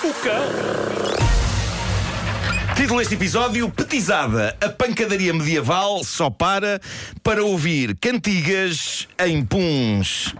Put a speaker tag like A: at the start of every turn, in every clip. A: Cuca.
B: Título deste episódio: Petizada. A pancadaria medieval só para para ouvir cantigas em puns.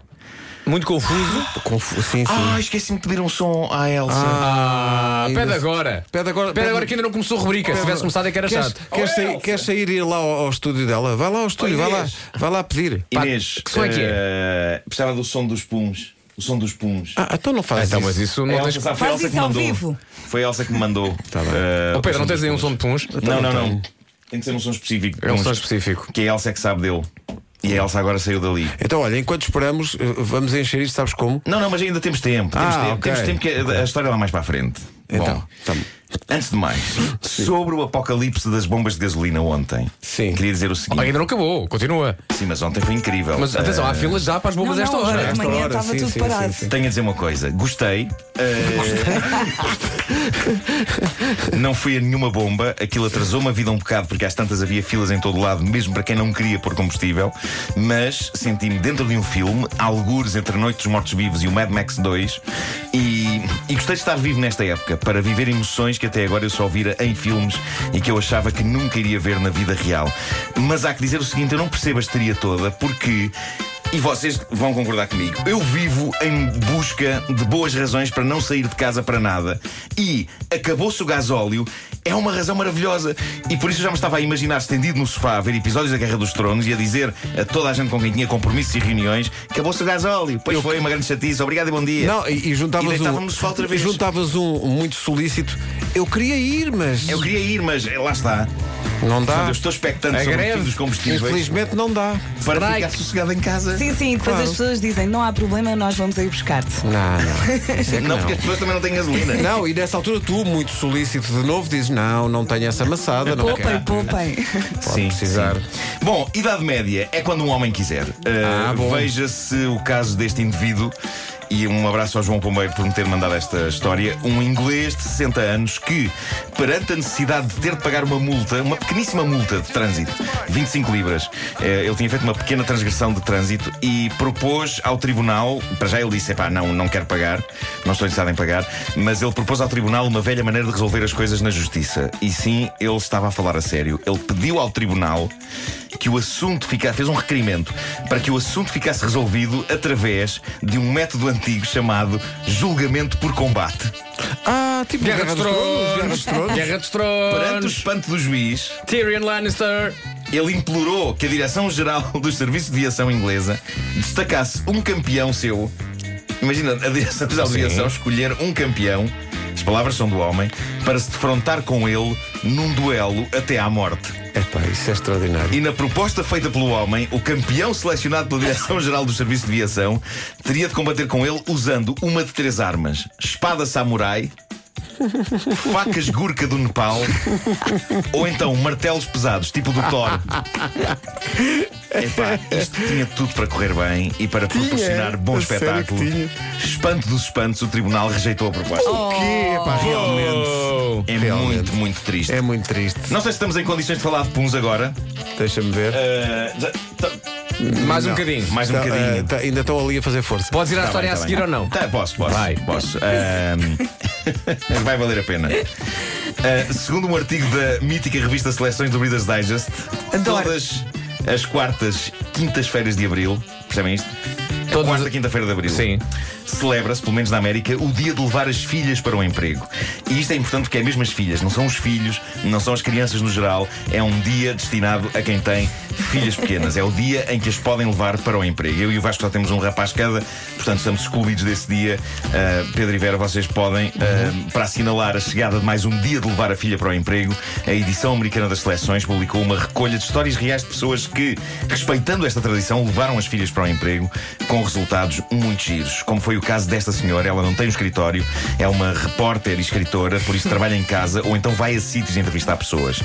C: Muito confuso. Confuso, sim, sim.
B: Ah, esqueci-me de pedir um som à Elsa.
C: Ah,
D: Ah, pede agora.
C: Pede agora-
D: Pede
C: pede-
D: agora que ainda não começou a rubrica. Se tivesse começado é que era
C: Queres,
D: chato.
C: queres,
D: Oh,
C: sair,
D: Elsa.
C: queres sair e ir lá ao, ao estúdio dela? Vai lá ao estúdio,
D: Oh,
C: vai lá,
D: Inês.
C: vai lá pedir.
B: Inês,
D: que som é que
B: eh, precisava do som dos puns. O som dos puns. É
C: Ah, então não faz
D: Então,
C: isso.
D: mas isso
B: A
D: não
B: Elsa,
D: tens.
B: sabe,
A: Faz
B: foi a Elsa
A: isso
B: que me
A: ao
B: mandou.
A: vivo.
B: Foi a Elsa que me mandou.
C: Tá
B: Eh,
D: Oh, Pedro, não
B: o som
D: tens
B: dos
D: aí um som de puns?
C: Então,
B: puns. Não, não, não. Tem que ser um som específico.
D: É um
B: Puns.
D: som específico.
B: Que a Elsa é que sabe dele. E a Elsa agora saiu dali.
C: Então, olha, enquanto esperamos, eh, vamos encher isto, sabes como?
B: Não, não, mas ainda temos tempo. Temos,
C: Ah,
B: tempo,
C: ok.
B: temos tempo que a, a história lá mais para a frente.
C: Então,
B: Bom,
C: tá bom.
B: antes de mais, sobre o apocalipse das bombas de gasolina ontem,
C: Sim.
B: queria dizer o seguinte:
D: Ah, Ainda não acabou, continua.
B: sim, mas ontem foi incrível.
D: Mas atenção,
B: Ah,
D: há filas já para as
A: Não,
D: bombas
A: não,
D: desta hora.
A: agora de
C: Eh, esta
A: manhã tá
C: hora,
A: estava
C: sim,
A: tudo
C: sim,
A: parado.
C: sim,
B: Tenho a dizer uma coisa, gostei. eh, não fui a nenhuma bomba, aquilo atrasou-me a vida um bocado, porque às tantas havia filas em todo lado, mesmo para quem não queria pôr combustível. Mas senti-me dentro de um filme, algures entre a Noite dos Mortos-Vivos e o Mad Max 2, e, e gostei de estar vivo nesta época, para viver emoções que até agora eu só vira em filmes e que eu achava que nunca iria ver na vida real. Mas há que dizer o seguinte: eu não percebo a histeria toda, porque. E vocês vão concordar comigo. Eu vivo em busca de boas razões para não sair de casa para nada. E acabou-se o gasóleo é uma razão maravilhosa. E por isso eu já me estava a imaginar estendido no sofá a ver episódios da Guerra dos Tronos e a dizer a toda a gente com quem tinha compromissos e reuniões: acabou-se o gasóleo. Pois foi, uma grande chatice. Obrigado e bom dia.
C: Não, e, e
B: E
C: juntavas
B: deitávamos no sofá outra
C: um.
B: vez.
C: Juntavas um muito solícito. Eu queria ir, mas
B: Eu queria ir, mas eh, lá está.
C: não
B: Eu
C: dá.
B: estou expectante
D: A
B: sobre o
D: greve.
B: fim dos combustíveis
C: Infelizmente não dá.
B: para ficar
D: Strike.
B: sossegado em casa.
A: Sim, sim, depois
C: Claro.
A: as pessoas dizem: não há problema, nós vamos aí buscar-te.
C: Não, não. Isso é que
B: Não, porque as pessoas também não têm gasolina.
C: Não, e nessa altura tu, muito solícito de novo, dizes: Não, não tenho essa amassada, não
A: Poupem,
C: quero.
A: poupem.
B: sim,
C: precisar.
B: sim. Bom, Idade Média é quando um homem quiser. Uh,
C: Ah, bom.
B: Veja-se o caso deste indivíduo. E um abraço ao João Pombeiro por me ter mandado esta história. Um inglês de 60 anos que, perante a necessidade de ter de pagar uma multa, uma pequeníssima multa de trânsito, 25 libras, eh, ele tinha feito uma pequena transgressão de trânsito e propôs ao tribunal, para já ele disse: pá, não, não quero pagar, não estou interessado em pagar, mas ele propôs ao tribunal uma velha maneira de resolver as coisas na justiça. E sim, ele estava a falar a sério. Ele pediu ao tribunal que o assunto ficasse, fez um requerimento para que o assunto ficasse resolvido através de um método antigo chamado julgamento por combate.
C: Ah, tipo
D: Guerra
C: Guerra
D: dos
C: dos Tronos, Guerra dos Tronos.
D: Tronos. Guerra dos
B: Perante o
D: Tronos.
B: espanto do juiz,
D: Tyrion Lannister.
B: ele implorou que a Direção-Geral dos Serviços de Aviação Inglesa destacasse um campeão seu. Imagina, a Direção-Geral de Aviação escolher um campeão, as palavras são do homem, para se defrontar com ele num duelo até à morte.
C: Epá, isso é extraordinário.
B: E na proposta feita pelo homem, o campeão selecionado pela Direção-Geral do Serviço de Viação teria de combater com ele usando uma de três armas: espada samurai, facas gurka do Nepal ou então martelos pesados, tipo do Thor. Epá, isto tinha tudo para correr bem e para proporcionar bom
C: a sério que
B: espetáculo.
C: tinha.
B: Espanto dos espantos, o tribunal rejeitou a proposta.
C: O quê? Epá, realmente.
D: Oh.
B: é
C: realmente.
B: muito, muito triste.
C: É muito triste.
B: Não sei se estamos em condições de falar de puns agora.
C: Deixa-me ver.
B: Eh, já- tá-
D: Mais um bocadinho.
B: mais um
C: Tá,
B: bocadinho.
C: eh, tá- ainda estão ali a fazer força.
D: Podes ir à
B: Tá
D: história
B: bem,
D: a
B: tá
D: seguir
B: bem.
D: ou não?
B: Tá, posso, posso.
D: Vai.
B: Posso. Ahm, vai valer a pena. Ah, segundo um artigo da mítica revista Seleções do Breeders Digest,
A: Adoro.
B: todas as quartas, quintas-feiras de abril, percebem isto?
D: Todas-
B: Quarta, quinta-feira de abril.
D: Sim.
B: Celebra-se, pelo menos na América, o dia de levar as filhas para o emprego. E isto é importante porque é mesmo as filhas, não são os filhos, não são as crianças no geral. É um dia destinado a quem tem filhas pequenas. É o dia em que as podem levar para o emprego. Eu e o Vasco só temos um rapaz cada, portanto estamos excluídos desse dia. Ah, Pedro e Vera, vocês podem, ah, para assinalar a chegada de mais um dia de levar a filha para o emprego, a edição americana das seleções publicou uma recolha de histórias reais de pessoas que, respeitando esta tradição, levaram as filhas para o emprego com resultados muito giros. Como foi o caso desta senhora, ela não tem um escritório, é uma repórter e escritora, por isso trabalha em casa ou então vai a sítios entrevistar pessoas.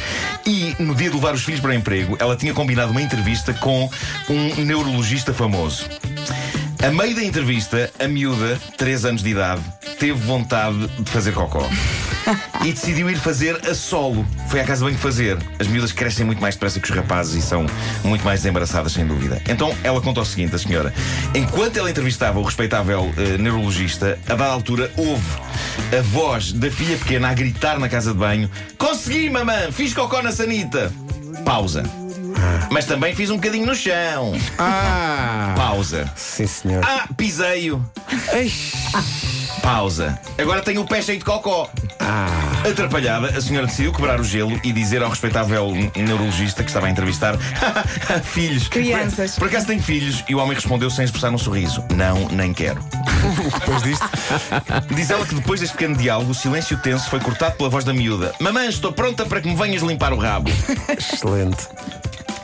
B: E no dia de levar os filhos para o emprego, ela tinha combinado uma entrevista com um neurologista famoso. A meio da entrevista, a miúda, 3 anos de idade, teve vontade de fazer cocó. e decidiu ir fazer a solo. Foi à casa de banho fazer. As miúdas crescem muito mais depressa que os rapazes e são muito mais desembaraçadas, sem dúvida. Então ela conta o seguinte, a senhora: enquanto ela entrevistava o respeitável eh, neurologista, a dada altura houve a voz da filha pequena a gritar na casa de banho: Consegui, mamã! Fiz cocó na sanita! Pausa. Mas também fiz um bocadinho no chão.
C: Ah!
B: Pausa.
C: Sim, senhor.
B: Ah, piseio. Pausa. Agora tenho o pé cheio de cocó.
C: Ah.
B: Atrapalhada, a senhora decidiu quebrar o gelo e dizer ao respeitável n- neurologista que estava a entrevistar: Filhos.
A: Crianças.
B: Por, por acaso tem filhos? E o homem respondeu sem expressar um sorriso: Não, nem quero.
C: Depois disto,
B: Diz ela que depois deste pequeno diálogo, o silêncio tenso foi cortado pela voz da miúda: Mamãe, estou pronta para que me venhas limpar o rabo.
C: excelente.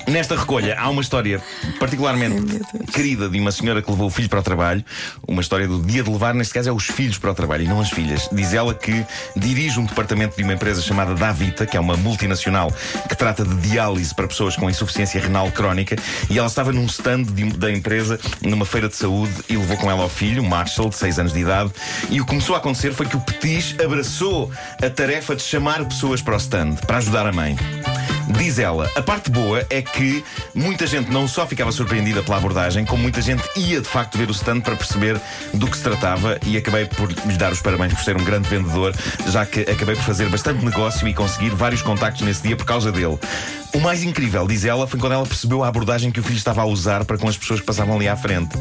B: Nesta recolha há uma história particularmente querida de uma senhora que levou o filho para o trabalho. Uma história do dia de levar, neste caso, é os filhos para o trabalho e não as filhas. Diz ela que dirige um departamento de uma empresa chamada Davita, que é uma multinacional que trata de diálise para pessoas com insuficiência renal crónica. E ela estava num stand de- da empresa numa feira de saúde e levou com ela o filho, Marshall, de 6 anos de idade. E o que começou a acontecer foi que o Petis abraçou a tarefa de chamar pessoas para o stand para ajudar a mãe. Diz ela, a parte boa é que muita gente não só ficava surpreendida pela abordagem, como muita gente ia de facto ver o stand para perceber do que se tratava e acabei por lhes dar os parabéns por ser um grande vendedor, já que acabei por fazer bastante negócio e conseguir vários contactos nesse dia por causa dele. O mais incrível, diz ela, foi quando ela percebeu a abordagem que o filho estava a usar para com as pessoas que passavam ali à frente.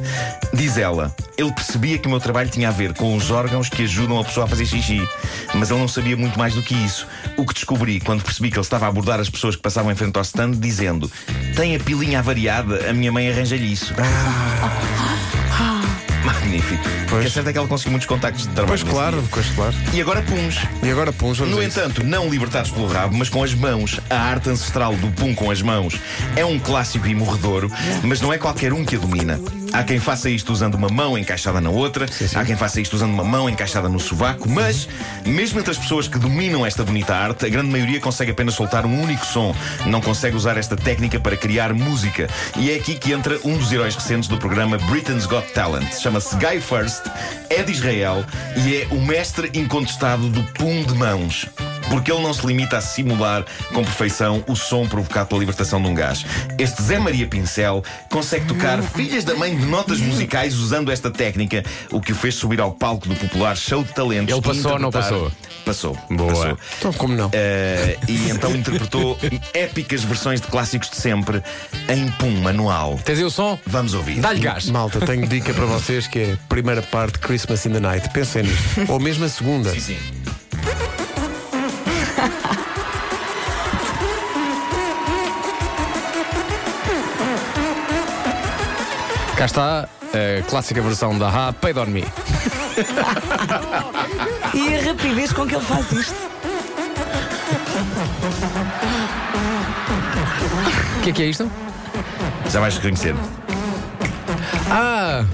B: Diz ela, ele percebia que o meu trabalho tinha a ver com os órgãos que ajudam a pessoa a fazer xixi, mas ele não sabia muito mais do que isso. O que descobri quando percebi que ele estava a abordar as pessoas que passavam em frente ao stand, dizendo: Tem a pilinha avariada, a minha mãe arranja-lhe isso.
C: Ah.
B: Ah. Magnífico. O que é certo é que ela conseguiu muitos contactos de trabalho.
C: Pois
B: nesse
C: claro,
B: dia.
C: pois claro.
B: E agora puns.
C: E agora, pum, vamos
B: No
C: a isso.
B: entanto, não libertados pelo rabo, mas com as mãos. A arte ancestral do pum com as mãos é um clássico e morredouro, mas não é qualquer um que a domina. Há quem faça isto usando uma mão encaixada na outra, há quem faça isto usando uma mão encaixada no sovaco, mas, mesmo entre as pessoas que dominam esta bonita arte, a grande maioria consegue apenas soltar um único som, não consegue usar esta técnica para criar música. E é aqui que entra um dos heróis recentes do programa Britain's Got Talent. Chama-se Guy First, é de Israel e é o mestre incontestado do pum de mãos. Porque ele não se limita a simular com perfeição o som provocado pela libertação de um gás. Este Zé Maria Pincel consegue tocar filhas da mãe de notas musicais usando esta técnica, o que o fez subir ao palco do popular show de talentos.
D: Ele
B: e
D: passou ou não
B: interpretar- Passou.
D: Boa.
B: Passou.
C: Então, como não?
B: Eh, e então interpretou épicas versões de clássicos de sempre em pum manual.
D: Tens aí o som?
B: Vamos ouvir.
D: Dá-lhe gás.
C: Malta, tenho dica para vocês que é primeira parte Christmas in the Night. Pensem nisto. Ou mesmo a segunda.
B: Sim, sim.
D: Cá está a clássica versão da Ha, Paid on Me.
A: E a rapidez com que ele faz isto.
D: O que é que é isto?
B: Já vais reconhecer.
D: Ah!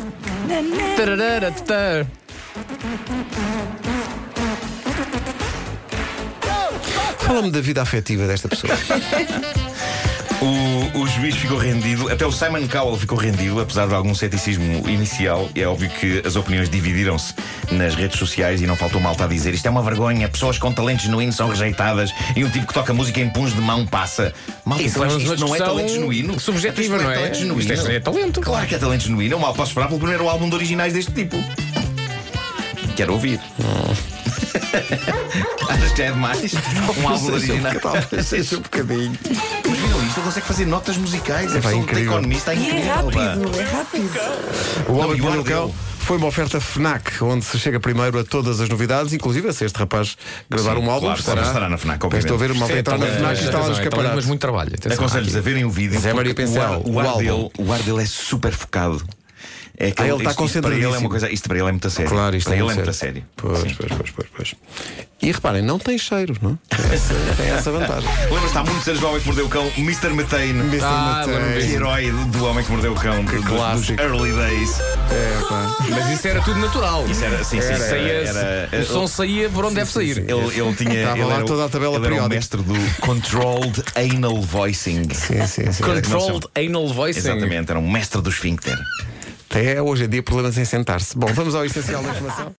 D: Tararara, tatar.
C: Fala-me da vida afetiva desta pessoa.
B: O, o juiz ficou rendido, até o Simon Cowell ficou rendido, apesar de algum ceticismo inicial. É óbvio que as opiniões dividiram-se nas redes sociais e não faltou malta a dizer: isto é uma vergonha, pessoas com talento genuíno são rejeitadas e um tipo que toca música em punhos de mão passa. Malta,
D: Isso
B: eu acho
D: é
B: que
D: uma
B: isto não é
D: discussão
B: talento genuíno.
D: subjetiva,
B: Isto
D: não é?
B: talento genuíno.
D: Isto é- é talento.
B: Claro que é talento genuíno. Eu mal posso esperar pelo primeiro álbum de originais deste tipo. Quero ouvir. Achas que já é demais? Um álbum de originais.
C: Seja é um bocadinho.
B: Mas viram isto? Ele consegue fazer notas musicais. É
C: Vai,
B: só um
C: incrível.
B: economista é
A: E é
B: incrível. pá.
A: rápido, é rápido.
C: O Homem
B: Não,
C: do
B: e o
C: Local
B: Ardeu.
C: foi uma oferta FNAC, onde se chega primeiro a todas as novidades, inclusive a se este rapaz gravar
B: Sim,
C: um álbum.
B: claro, claro, estará na FNAC, obviamente. então
C: Estou a ver uma malta
D: É
C: entrar na
D: talento,
C: FNAC e
D: atenção,
C: está lá nos
D: é talento, mas
C: escaparates.
D: muito trabalho. atenção.
B: Aconselho-vos a verem o vídeo.
C: Zé é Maria
B: porque
C: Pincel,
B: o ar, o
C: o
B: ar dele,
C: álbum. Ah,
B: o ar dele é super focado. É aquele-
C: ele está
B: isto- isto para ele é
C: concentradíssimo.
B: uma coisa, Isto para ele é muito a sério.
C: Claro, isto
B: para
C: é
B: ele
C: muito
B: é muito a sério.
C: Pois,
B: Sim.
C: pois, pois, pois, pois. E reparem, não tem cheiro, não? Tem essa, tem essa vantagem.
B: Lembra-se, há muitos anos do Homem que Mordeu o Cão, Mr. Methane.
D: Ah,
C: Mr. Matei.
D: lembro-me.
B: Que herói do- do Homem que Mordeu o Cão, do- dos
C: clássico.
B: early days.
C: É, pá.
D: Mas isso era tudo natural.
B: Isso era, sim, sim,
D: Era-
B: isso
C: é
B: era-
D: saía-
B: era-
D: o som saía por onde deve sair.
B: Ele, ele tinha.
C: Estava
B: ele
C: lá
B: era o-
C: toda a tabela
B: ele era o
C: periódica.
B: mestre do Controlled Anal Voicing.
C: Sim, sim, sim.
D: Controlled anal voicing.
B: Exatamente, era um mestre do esfíncter.
C: Até hoje em dia problemas em sentar-se. Bom, vamos ao essencial da informação.